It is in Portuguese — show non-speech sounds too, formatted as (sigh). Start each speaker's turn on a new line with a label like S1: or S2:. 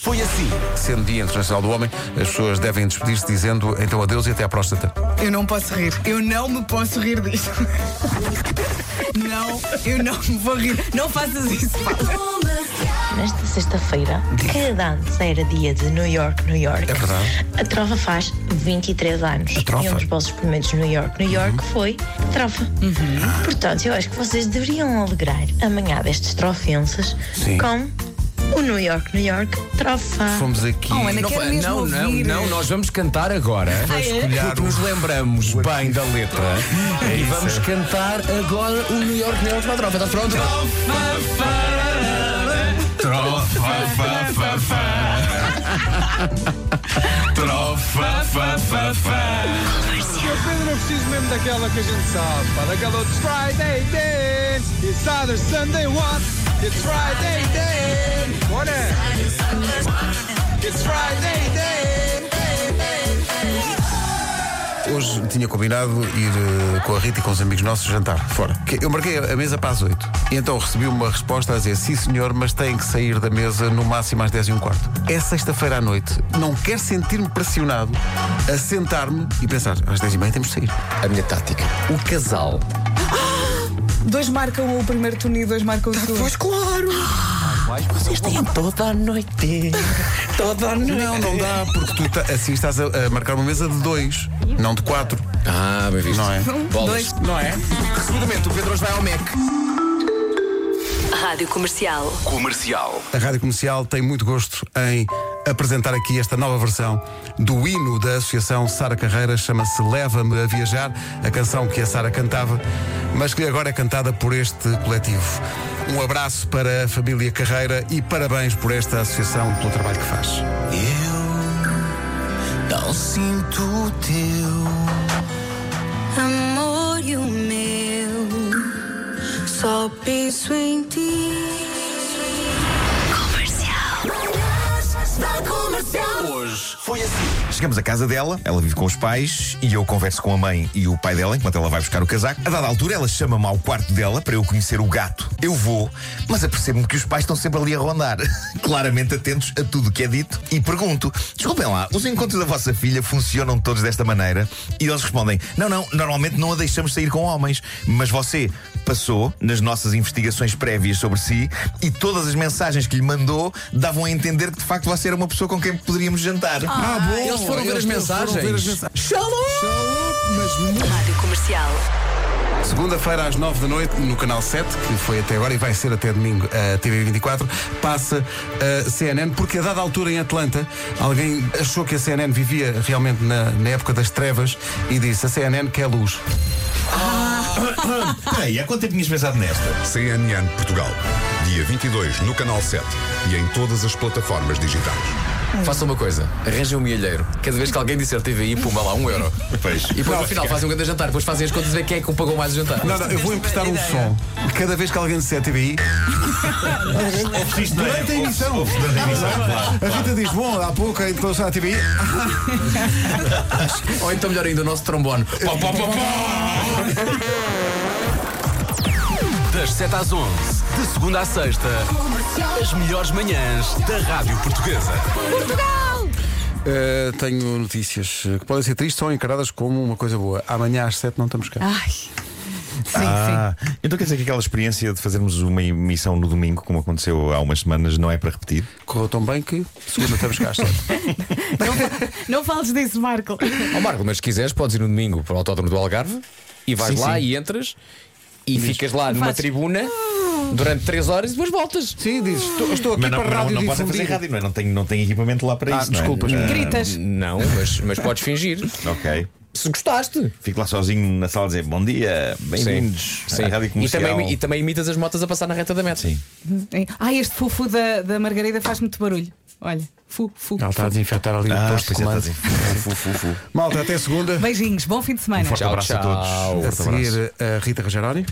S1: Foi assim.
S2: Sendo Dia Internacional do Homem, as pessoas devem despedir-se dizendo então adeus e até à próstata.
S3: Eu não posso rir. Eu não me posso rir disto. (laughs) Não, eu não me vou rir. Não faças isso, pá.
S4: Nesta sexta-feira, que antes era dia de New York, New York,
S2: É verdade.
S4: a Trova faz 23 anos.
S2: A Uhum. Trova?
S4: E um dos vossos primeiros New York, New York foi a Trova.
S2: Uhum.
S4: Portanto, eu acho que vocês deveriam alegrar amanhã destes trofenses
S2: Sim.
S4: com o New York, New York, Trova.
S2: Fomos aqui.
S3: Oh, Ana,
S5: Não,
S3: quero
S5: foi-
S3: mesmo
S5: não, não,
S3: ouvir.
S5: não, nós vamos cantar agora. Porque
S2: (laughs) um
S5: nos lembramos bem da letra. e
S2: é.
S5: vamos cantar agora o New York New York Madrofa. Estás Tá pronto?
S6: Eu não preciso mesmo daquela que a gente sabe, pá, daquela It's Friday then, it's either Sunday what, it's Friday then, bora! It's Friday then,
S2: Hoje tinha combinado ir eh, com a Rita e com os amigos nossos jantar fora. Que Eu marquei a mesa para as 8. E então recebi uma resposta a dizer: sim, senhor, mas tem que sair da mesa no máximo às 10 e um quarto. É sexta-feira à noite. Não quero sentir-me pressionado a sentar-me e pensar: às 10 e meia temos de sair.
S5: A minha tática. O casal.
S3: Dois marcam o primeiro turno e dois marcam o segundo. Pois claro.
S5: Vocês têm toda a noite. Toda a noite.
S2: Não, não dá, porque tu ta- assim estás a, a marcar uma mesa de dois, não de quatro,
S5: Ah, bem visto.
S2: não é?
S5: Bolas.
S2: Não é?
S5: Seguramente o Pedro hoje vai ao MEC.
S7: Rádio Comercial.
S1: Comercial.
S2: A Rádio Comercial tem muito gosto em apresentar aqui esta nova versão do hino da Associação Sara Carreira, chama-se Leva-me a Viajar, a canção que a Sara cantava, mas que agora é cantada por este coletivo. Um abraço para a família Carreira e parabéns por esta associação pelo trabalho que faz.
S8: Não sinto o teu
S9: Amor e o meu, só penso em ti.
S8: Chegamos à casa dela, ela vive com os pais E eu converso com a mãe e o pai dela Enquanto ela vai buscar o casaco A dada altura ela chama-me ao quarto dela Para eu conhecer o gato Eu vou, mas apercebo-me que os pais estão sempre ali a rondar (laughs) Claramente atentos a tudo o que é dito E pergunto, desculpem lá Os encontros da vossa filha funcionam todos desta maneira? E eles respondem, não, não Normalmente não a deixamos sair com homens Mas você passou nas nossas investigações prévias sobre si E todas as mensagens que lhe mandou Davam a entender que de facto você era uma pessoa com quem poderíamos jantar
S2: Ah, bom!
S5: eles foram ver as mensagens.
S2: Foram ver as mensagens.
S7: Rádio Comercial.
S2: Segunda-feira às 9 da noite, no canal 7, que foi até agora e vai ser até domingo eh, a TV24, passa eh, a CNN, porque a dada altura em Atlanta, alguém achou que a CNN vivia realmente na, na época das trevas e disse: A CNN quer luz.
S8: Peraí, há quanto tempo tinhas pensado nesta?
S10: CNN Portugal. Dia 22 no Canal 7 e em todas as plataformas digitais.
S5: Faça uma coisa, arranjem um milheiro. Cada vez que alguém disser TVI, puma lá, um euro.
S8: Pois.
S5: E depois no final fazem um grande jantar, depois fazem as contas e vê quem é que pagou mais o jantar.
S2: Não, não, eu vou emprestar um som. Cada vez que alguém disser TVI,
S8: Durante
S2: a emissão.
S8: Durante a emissão, claro.
S2: a Rita diz: Bom, há pouco então só a TVI.
S5: Ou então melhor ainda, o nosso
S2: (laughs)
S5: trombone. Pó, pó, pó, pó.
S1: Das 7 às 11, de segunda à sexta, as melhores manhãs da Rádio Portuguesa.
S2: Eh, tenho notícias eh, que podem ser tristes, são encaradas como uma coisa boa. Amanhã às 7 não estamos cá.
S3: Ai. Sim,
S8: Ah, então quer dizer que aquela experiência de fazermos uma emissão no domingo, como aconteceu há umas semanas, não é para repetir?
S2: Correu tão bem que segunda estamos cá às 7.
S3: sim. Não fales disso, Marco.
S5: Ó Marco, mas se quiseres, podes ir no domingo para o autódromo do Algarve e vais lá e entras e ficas lá numa tribuna durante 3 horas e depois voltas.
S2: Sim, diz, estou, estou aqui
S5: é
S8: Mas
S2: para
S8: não, mas não-
S2: rádio
S8: não podem
S2: difundir.
S8: fazer rádio, não é? Não tem, não tem equipamento lá para
S2: Ah,
S8: isso. não é?
S2: desculpas.
S8: Ah,
S3: Gritas.
S5: Não, mas, mas podes fingir.
S8: ok.
S5: Se gostaste.
S8: Fico lá sozinho na sala a dizer bom dia, bem-vindos
S5: Sim.
S8: à rádio
S5: E
S8: comercial.
S5: também, e também imitas as motas a passar na reta da meta. Sim.
S3: Ai, Ah, este fufu da, da Margarida faz muito barulho. Olha, fu, fu.
S2: (laughs) Ela está a desinfetar ali o
S8: Ah,
S2: posto de
S8: pois é,
S2: comando.
S8: estás em- fu, fu, fu.
S2: Malta, até segunda.
S3: Beijinhos, bom fim de semana.
S8: Forte
S5: Tchau,
S8: abraço a
S5: tchau.
S8: todos.
S2: A seguir a Rita Rogeroni.